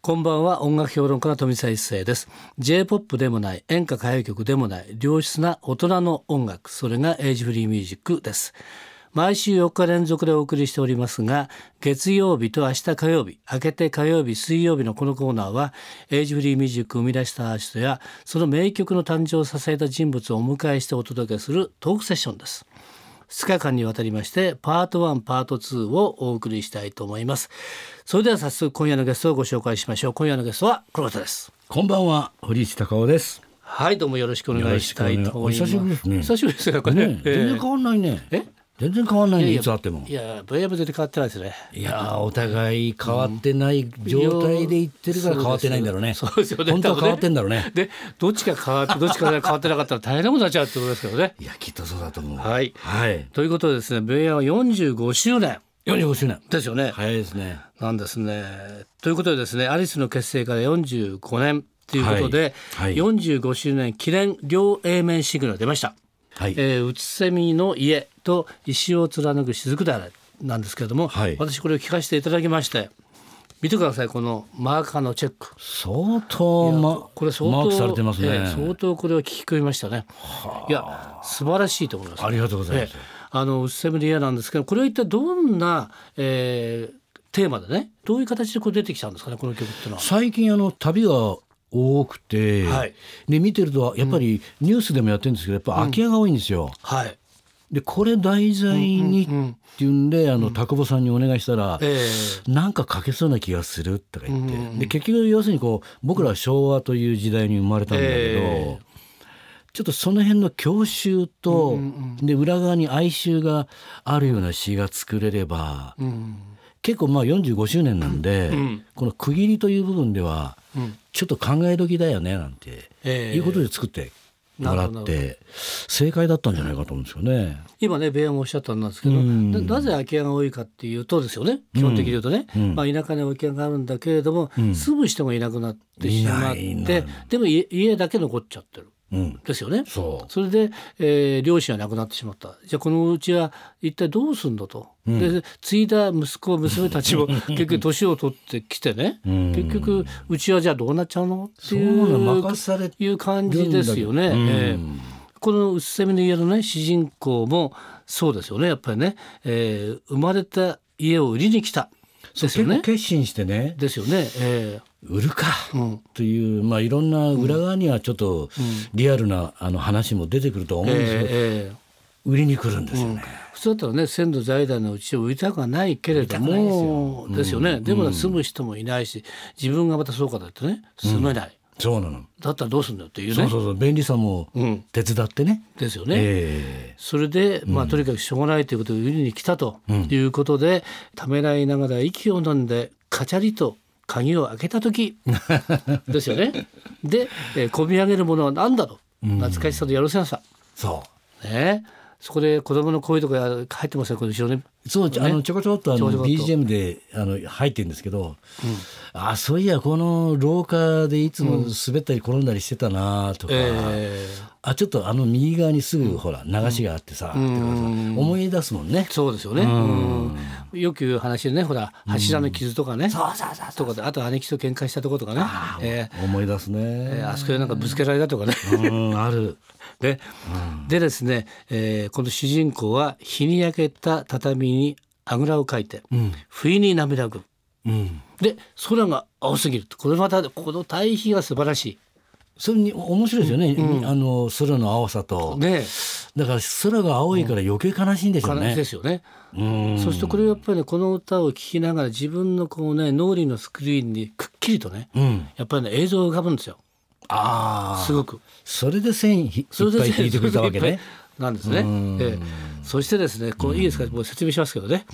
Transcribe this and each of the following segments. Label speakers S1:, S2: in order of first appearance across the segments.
S1: こんばんは音楽評論家の富澤一世です J-POP でもない演歌歌謡曲でもない良質な大人の音楽それがエイジフリーミュージックです毎週4日連続でお送りしておりますが月曜日と明日火曜日明けて火曜日水曜日のこのコーナーはエイジフリーミュージックを生み出したアーティストやその名曲の誕生を支えた人物をお迎えしてお届けするトークセッションです2日間にわたりましてパート1パート2をお送りしたいと思いますそれでは早速今夜のゲストをご紹介しましょう今夜のゲストはこの方です
S2: こんばんは、堀内孝雄です。
S1: はいどうもよろしくお願いしたいと思います
S2: よろしくお願いお久しぶりです
S1: 久
S2: ね
S1: しぶりですねこれね
S2: ね、
S1: え
S2: 全
S1: ー
S2: 然変わんないね。
S1: え
S2: 全然変わんないね、
S1: い
S2: い
S1: や
S2: つあっても
S1: い。やブレイブ全然変わってないですね
S2: いやー、お互い変わってない状態で言ってるから変わってないんだろうね。
S1: そうですよね
S2: 本当は
S1: 多分ね
S2: 変わってんだろうね。
S1: でどっちが変わってどっちかが変わってなかったら大変なことになっちゃうってことですけどね
S2: いや、きっとそうだと思う。
S1: はい
S2: はい。
S1: ということでですねベイヤーは45周年
S2: 45周年。
S1: ですよね、
S2: 早いですね。
S1: なんですね。ということでですねアリスの結成から45年ということで、
S2: はいはい
S1: 45周年記念両 A 面シングルが出ました「
S2: はい。
S1: えーうつせみの家」と「石を貫く雫だれ」なんですけれども、
S2: はい
S1: 私これを聞かせていただきまして見てくださいこのマーカーのチェック。
S2: 相当、ま、
S1: これ相当
S2: マークされてますね。
S1: ええ相当これは聞き込みましたね。いや素晴らしいと思います、
S2: ありがとうございます
S1: ええあのウッセムリアなんですけど、これは一体どんな、えーテーマでね、どういう形でこう出てきたんですかねこの曲っていうのは。
S2: 最近あの旅が多くて、
S1: はい
S2: で見てるとやっぱりニュースでもやってるんですけどやっぱ空き家が多いんですよ。
S1: はい。
S2: でこれ題材にっていうんで、あの田久保さんにお願いしたら、
S1: え
S2: なんか書けそうな気がするとか言って、
S1: うんうんうん
S2: で結局要するにこう僕らは昭和という時代に生まれたんだけど、
S1: え
S2: ちょっとその辺の郷愁と、で裏側に哀愁があるような詩が作れれば、
S1: えうん。
S2: 結構まあ45周年なんで、
S1: ん
S2: この区切りという部分では、
S1: うん
S2: ちょっと考え時だよねなんて、
S1: ええ
S2: いうことで作ってもら
S1: なる
S2: っ
S1: ほどな
S2: て正解だったんじゃないかと思うんですよね。
S1: 今ね米山もおっしゃったんですけど、
S2: うん
S1: ななぜ空き家が多いかっていうとですよね基本的に言うとね、
S2: うん
S1: まあ、田舎には空き家があるんだけれども、
S2: ん
S1: 住む人もいなくなってしまって
S2: いないな
S1: でも家家だけ残っちゃってる
S2: うん、
S1: ですよね。
S2: そう
S1: それで、えー両親は亡くなってしまったじゃあこのうちは一体どうすんだと、で継いだ息子娘たち も結局年を取ってきてね、
S2: ん
S1: 結局うちはじゃあどうなっちゃうのって
S2: そう
S1: い
S2: な
S1: う
S2: の任され
S1: いう感じですよね。
S2: うん
S1: えーこの「うっせみの家」のね主人公もそうですよねやっぱりね、えー生まれた家を売りに来たですよね
S2: 結構。決心してね
S1: ですよね。え
S2: 売るか
S1: ーうん
S2: という、まあ、いろんな裏側にはちょっとリアルなあの話も出てくるとは思
S1: え
S2: う
S1: ー
S2: んですけど、
S1: えー
S2: 売りに来るんですよね。
S1: 普通だったらね先祖在来のうちを売りたくはないけれどもですよね、でも住む人もいないし自分がまたそうかだってね住めない、
S2: そうなの、
S1: だったらどうするんだよっていうね
S2: そうそうそう便利さも
S1: ん
S2: 手伝ってね。
S1: ですよね。
S2: え
S1: それで、まあ、とにかくしょうがないということで売りに来たということで、ためらいながら息を飲んでカチャリと鍵を開けた 時ですよね。で、えーこみ上げるものは何だと懐かしさとやるせなさ、
S2: えそ
S1: ね、そこで子供の声とか入ってますよこの後ろね。
S2: うそう、あのちょこちょこっとあ
S1: ちょこちょ
S2: の
S1: こっと
S2: BGM であの入ってるんですけど、あそういやこの廊下でいつも滑ったり転んだりしてたなとか、
S1: えー
S2: あちょっとあの右側にすぐほら流しがあってさ、とかさ思い出すもんね。
S1: そうですよね。うんよく言う話でね、ほら柱の傷とかね、とかで、あと兄貴と喧嘩したとことかね、えー
S2: 思い出すね。
S1: えーあそこでなんかぶつけられたとかね。
S2: うん、ある。
S1: で、でですね、えーこの主人公は日に焼けた畳にあぐらをかいて、不意に涙ぐ。
S2: うん。
S1: で、空が青すぎると、これまたこの対比が素晴らし
S2: それに面白いですよね。あの空の青さと。
S1: い。ね、
S2: だから空が青いから余計悲しいんでしょ
S1: 感
S2: う
S1: じで
S2: ね。
S1: すよね。
S2: うん。
S1: そしてこれやっぱりねこの歌を聴きながら自分のこうね脳裏のスクリーンにくっきりとね、
S2: うん。
S1: やっぱりね映像が浮かぶんですよ。
S2: あ
S1: す
S2: あ。
S1: ごく。
S2: それで線ひいっぱい引いてくれたわけね。。
S1: なんですね。ええそしてですね、こういいですか、もう説明しますけどね。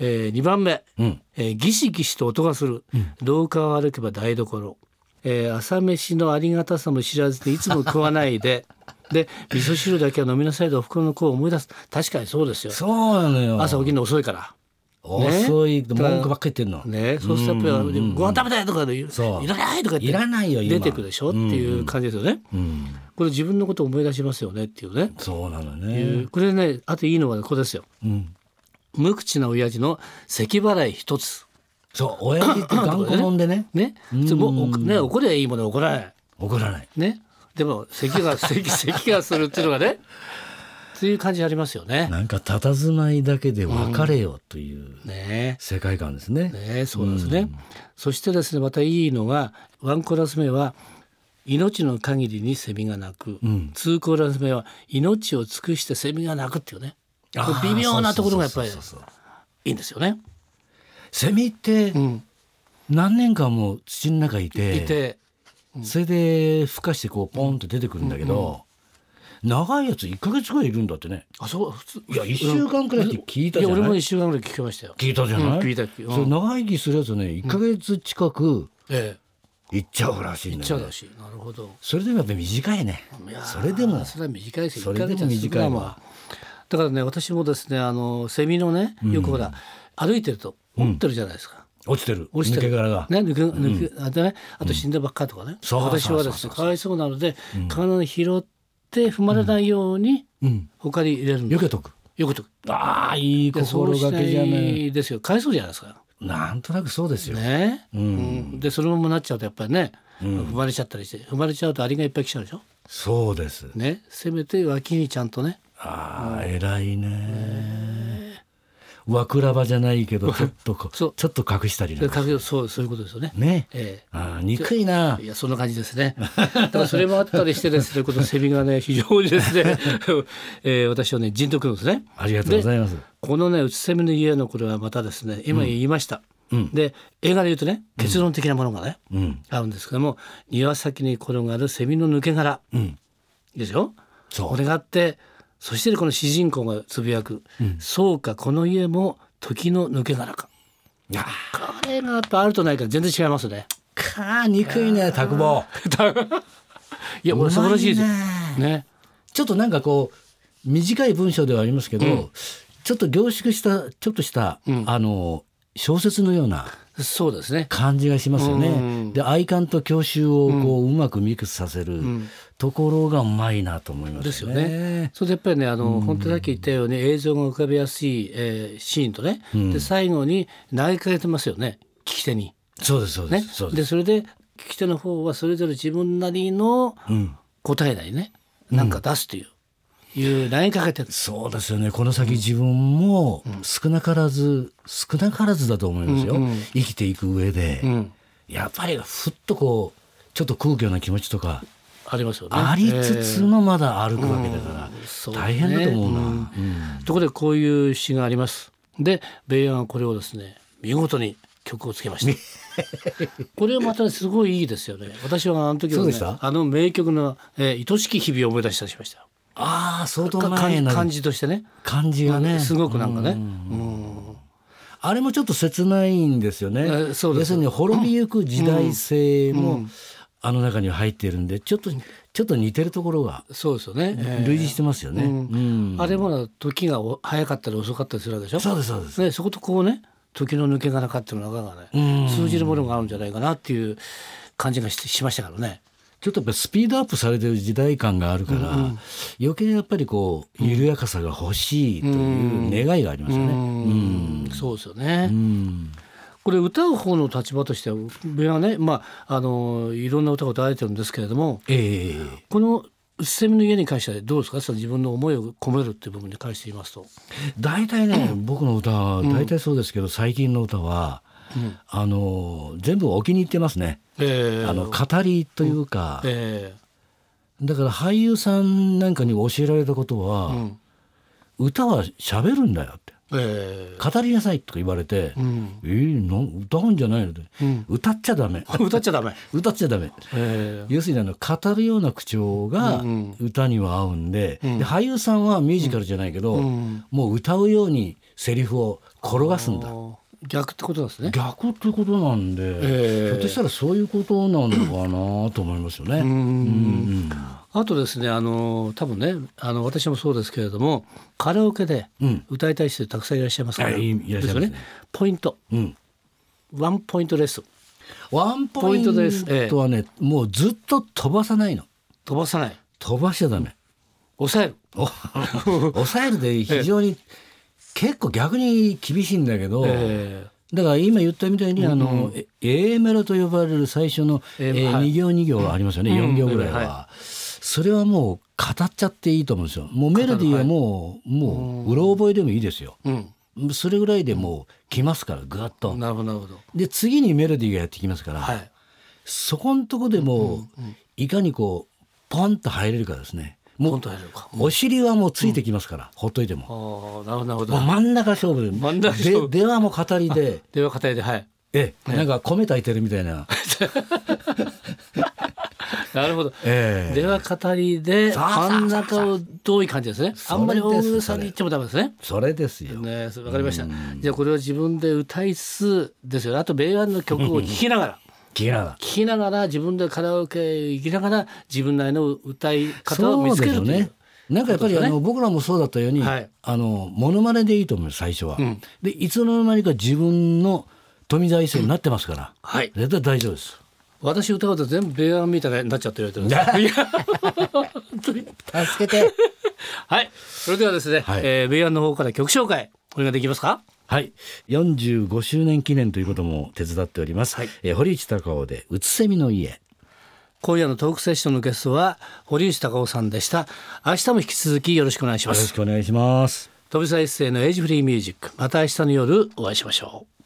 S1: ええ二番目、
S2: うん
S1: ええギシギシと音がする、廊下を歩けば台所。ええ朝飯のありがたさも知らずにいつも食わない でで味噌汁だけは飲みなさいでお袋の子を思い出す確かにそうですよ
S2: そうなのよ。
S1: 朝起きるの遅いから
S2: 遅い、
S1: ね
S2: 文句ばっかり言ってんの。
S1: ねそうしたらやっぱりご飯食べたいとかでい
S2: そう
S1: らないとか言って
S2: いらないよ今
S1: 出てくるでしょっていう感じですよね、
S2: うん。
S1: これ自分のことを思い出しますよねっていうね、
S2: そうなの
S1: いう
S2: ね。
S1: これねあといいのはここですよ
S2: うん。
S1: 無口な親父の咳払い一つ
S2: そう親父って頑固者でね
S1: ね普通もうおね怒りゃいいもの怒らない
S2: 怒らない
S1: ねでも咳が咳咳がするっていうのがねっていう感じありますよね
S2: なんか佇まいだけで別れよという
S1: ね
S2: 世界観ですね。
S1: ねそうなんですね、そしてですねまたいいのがワンコーラス目は命の限りにセミが鳴く、ツーコーラス目は命を尽くしてセミが鳴くっていうね
S2: あ
S1: 微
S2: ー
S1: 妙なところがやっぱり
S2: そうそうそうそう
S1: いいんですよね。
S2: セミって
S1: ん
S2: 何年間も土の中いて
S1: いて
S2: それで孵化してこうポンと出てくるんだけど、長いやつ1か月ぐらいいるんだってね
S1: あそう普通
S2: いや1週間くらいって聞いた
S1: い
S2: じ
S1: や
S2: ゃない
S1: 俺も一週間ぐらい聞きましたよ。
S2: 聞いたじゃない、
S1: うん聞いた聞いた
S2: そう長生きするやつね1か月近く
S1: ええ、
S2: 行っちゃうらしいんだ
S1: ちゃ
S2: よ
S1: う
S2: ね、
S1: だしなるほど。
S2: それでもやっぱ短いね
S1: いやー
S2: それでも
S1: それは短いですよ
S2: それでも
S1: 一ヶ月
S2: 短
S1: 一ヶ
S2: いわ
S1: 月はだからね私もですねあのセミのねよくほら、歩いてると折ってるじゃないですか、
S2: 落ちてる
S1: 落ちてる
S2: 抜け殻が、
S1: ね抜け抜け、あとねあと死んだばっかとかね、
S2: そう
S1: 私はです
S2: そうそうそう
S1: ねかわいそうなので、体に拾って踏まれないように、
S2: うん、
S1: 他に入れるんで
S2: 避
S1: す
S2: けとく
S1: よくと
S2: ああいい
S1: でそう
S2: 心
S1: し
S2: が
S1: な
S2: けじゃない
S1: いですよかわいそうじゃないですか
S2: なんとなくそうですよ、
S1: ね、
S2: うん
S1: うんでそのままなっちゃうとやっぱりね、踏まれちゃったりして踏まれちゃうとアリがいっぱい来ちゃうでしょ
S2: そうです
S1: ねせめて脇にちゃんとね
S2: ああ偉いね。わくらばじゃないけどちょっとこち
S1: そ
S2: ょ
S1: う
S2: っと隠したり
S1: で
S2: なんか
S1: かけそうそういうことですよね。
S2: ね。
S1: え
S2: ああ憎いな
S1: え。いやそんな感じですね。だからそれもあったりしてですね、このセミがね非常にですね、 えー私はねじんとくるんですね。
S2: ありがとうございます。
S1: このねうつセミの家のこれはまたですね、今言いました。で映画で言うとね結論的なものがね、
S2: うん
S1: あるんですけども、庭先に転がるセミの抜け殻、
S2: うん
S1: ですよ。
S2: そう
S1: これがあって、そしてこの主人公がつぶやく、そうかこの家も時の抜け殻か。
S2: いや
S1: これがやっぱあるとないか全然違います ね。
S2: かあ憎いね卓望。
S1: いや、これ素晴らしいですよ
S2: うまい
S1: ね。
S2: ちょっとなんかこう短い文章ではありますけど、ちょっと凝縮したちょっとした、あの小説のような
S1: そうですね。
S2: 感じがしますよね。
S1: うん
S2: で愛感と郷愁をこう、うまくミックスさせるところがうまいなと思いますね。
S1: ですよね。それでやっぱりね、あの、本当さっき言ったように映像が浮かびやすい、えーシーンとね、で最後に投げかけてますよね、聞き手に。
S2: そうですそうで
S1: ね
S2: す。そう。です
S1: で、それで聞き手の方はそれぞれ自分なりの答えなりね、なんか出すという、いう投げかけてる。
S2: そうですよねこの先自分も少なからず、少なからずだと思いますよ、生きていく上で、
S1: うん。
S2: やっぱりふっとこうちょっと空虚な気持ちとか
S1: ありますよね。
S2: ありつつ
S1: えー
S2: もまだ歩くわけだから、
S1: そう
S2: 大変だと思うな、
S1: ねん
S2: うん
S1: ところでこういう詩があります。で米安はこれをですね見事に曲をつけま した。これはまたすごいいいですよね。私はあの時は、
S2: そう
S1: ね
S2: でした、
S1: あの名曲の、えー、愛しき日々を思い出したりしましたよ。
S2: ああ相当
S1: か
S2: 前
S1: 感
S2: な
S1: 感
S2: 感じ
S1: じとしてね。
S2: がね、
S1: すごくなんかね。
S2: あれもちょっと切ないんですよね、
S1: えそうです
S2: 要するに滅びゆく時代性も、あの中には入っているんでちょっとちょっと似てるところが
S1: うんそうですよね。えー
S2: 類似してますよね、うん
S1: あれもな時がお早かったり遅かったりするわけでしょ。
S2: そうですそうです
S1: ね、そことこうね時の抜け殻かっていうのがね、通じるものがあるんじゃないかなっていう感じがししましたからね。
S2: ちょっとやっぱスピードアップされてる時代感があるから、余計やっぱりこう緩やかさが欲しいという願いがありますよね。
S1: うん、そうですよね。
S2: うん
S1: これ歌う方の立場としては僕はね、まあ、あのいろんな歌を歌われてるんですけれども
S2: ええ
S1: この「うつせみの家」に関してはどうですかその自分の思いを込めるっていう部分に関して言いますと。
S2: 大体 ね僕の歌は大体そうですけど、最近の歌は、あの全部お気に入ってますね。
S1: ええ
S2: あの語りというか、
S1: え
S2: だから俳優さんなんかに教えられたことは、
S1: ん
S2: 歌は喋るんだよって
S1: ええ
S2: 語りなさいとか言われて、
S1: えうん
S2: えーなん歌うんじゃないのって、
S1: うん
S2: 歌っちゃダメ
S1: 歌っちゃダメ。
S2: 歌っちゃダメ。
S1: ええ
S2: 要するにあの語るような口調が
S1: うん
S2: 歌には合うんで,、
S1: ん
S2: で俳優さんはミュージカルじゃないけど、
S1: ん
S2: もう歌うようにセリフを転がすんだ
S1: 逆ってことなんですね。
S2: 逆ってことなんで、
S1: ええ
S2: ひょっとしたらそういうことなのかなと思いますよね。
S1: うんあとですねあの多分ねあの私もそうですけれどもカラオケで
S2: うん
S1: 歌いたい人たくさんいらっしゃいますから、
S2: はいいらっしゃいますね
S1: ですよポイント
S2: うん
S1: ワンポイントレッスン
S2: ワンポイン
S1: ポイントです
S2: トはね、もうずっと飛ばさないの
S1: 飛ばさない
S2: 飛ばしちゃ ダメ
S1: 抑える
S2: お抑えるで非常に、結構逆に厳しいんだけど、
S1: え
S2: だから今言ったみたいに、あの、え A メロと呼ばれる最初の、え
S1: えーはい
S2: 2行2行ありますよね、
S1: うん
S2: 4行ぐらいは、
S1: はい
S2: それはもう語っちゃっていいと思うんですよもうメロディーはもう、もううろ覚えでもいいですよ、
S1: うん、
S2: それぐらいでもう来ますからぐわっと
S1: なるほどなるほど
S2: で次にメロディーがやってきますから、
S1: はい
S2: そこんとこでもう、いかにこうポンと入れるかですねも
S1: ポン
S2: う
S1: と入れるか
S2: お尻はもうついてきますから、ほっといても
S1: ああなるほどなるほ
S2: もう
S1: ど
S2: 真ん中勝負で
S1: 真ん中勝負
S2: でではもう語りで
S1: では固いではい
S2: ええ、なんか米炊いてるみたいな、
S1: なるほど
S2: ええ、
S1: では語りで
S2: そうそうそうそう
S1: 真ん中をどういう感じですねあ
S2: それです
S1: んまり大げさに言ってもダメですね
S2: それですよ、
S1: ねそれわかりましたじゃあこれを自分で歌いつつですよねあと米安の曲を聴きながら
S2: キララ
S1: 聴きながら自分でカラオケ行きながら自分なりの歌い方を見つけるという
S2: そ
S1: う
S2: ですよねなんかやっぱり、
S1: ことですね
S2: あの僕らもそうだったように、
S1: はい
S2: あのモノマネでいいと思う最初は、でいつの間にか自分の富財政になってますから、
S1: はい
S2: 絶対大丈夫です
S1: 私歌うと全部米安みたいになっちゃってる言われてるんですよいや本当に
S2: 助けて
S1: はいそれではですね、
S2: はい
S1: えー米安の方から曲紹介これができますか
S2: はい45周年記念ということも手伝っております、
S1: はい
S2: えー堀内孝雄で「うつせみの家
S1: 今夜のトークセッションのゲストは堀内孝雄さんでした明日も引き続きよろしくお願いし」
S2: よ
S1: ま
S2: ろ
S1: す
S2: しくお願いします
S1: 飛び一世のエイジフリーミュージックまた明日の夜お会いしましょう